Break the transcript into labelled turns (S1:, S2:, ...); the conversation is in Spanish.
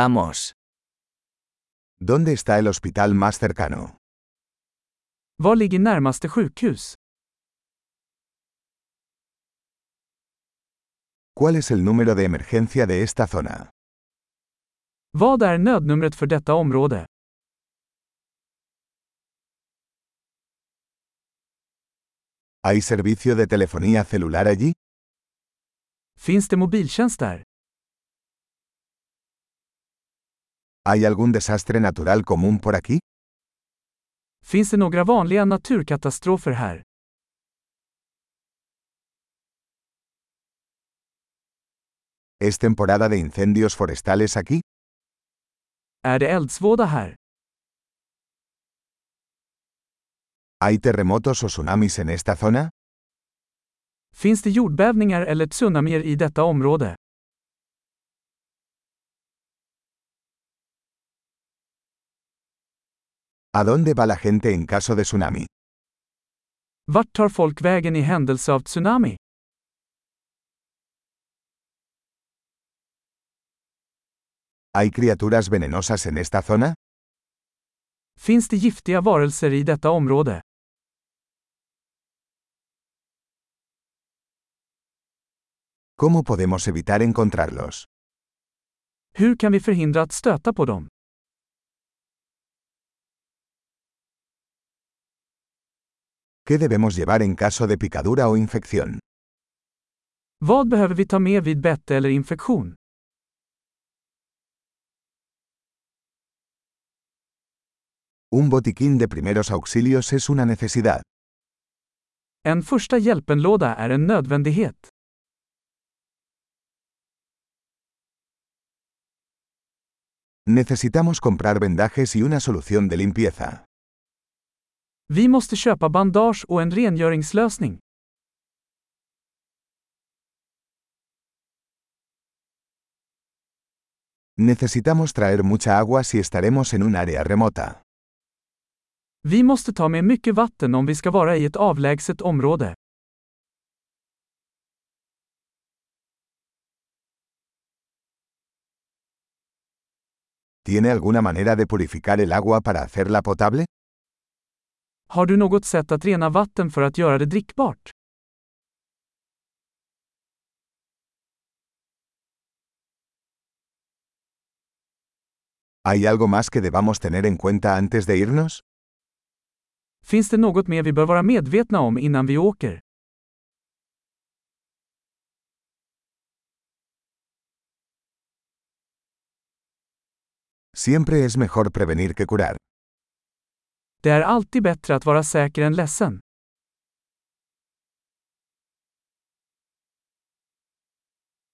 S1: Vamos.
S2: ¿Dónde está el hospital más cercano?
S3: Var ligger närmaste sjukhus?
S2: ¿Cuál es el número de emergencia de esta zona?
S3: Vad är nödnumret för detta område?
S2: ¿Hay servicio de telefonía celular allí?
S3: Finns det mobiltjänst där?
S2: ¿Hay algún desastre natural común por aquí?
S3: Finns det några vanliga naturkatastrofer här?
S2: ¿Es temporada de incendios forestales aquí?
S3: Är det eldsvåda här?
S2: ¿Hay terremotos o tsunamis en esta zona?
S3: Finns det jordbävningar eller tsunamier i detta område?
S2: ¿A dónde va la gente en caso de tsunami?
S3: Vart tar folk vägen i händelse av tsunami?
S2: ¿Hay criaturas venenosas en esta zona?
S3: Finns det giftiga varelser i detta område?
S2: ¿Cómo podemos evitar encontrarlos?
S3: Hur kan vi förhindra att stöta på dem?
S2: ¿Qué debemos llevar en caso de picadura o infección?
S3: Vad behöver vi ta med vid bett eller infektion?
S2: Un botiquín de primeros auxilios es una necesidad.
S3: En första hjälpenlåda är en nödvändighet.
S2: Necesitamos comprar vendajes y una solución de limpieza.
S3: Vi måste köpa bandage och en rengöringslösning.
S2: Necesitamos traer mucha agua si estaremos en un área remota.
S3: Vi måste ta med mycket vatten om vi ska vara i ett avlägset område.
S2: ¿Tiene alguna manera de purificar el agua para hacerla potable?
S3: Har du något sätt att rena vatten för att göra det drickbart?
S2: ¿Hay algo más que debamos tener en cuenta antes de irnos?
S3: Finns det något mer vi bör vara medvetna om innan vi åker?
S2: Siempre es mejor prevenir que curar.
S3: Det är alltid bättre att vara säker än ledsen.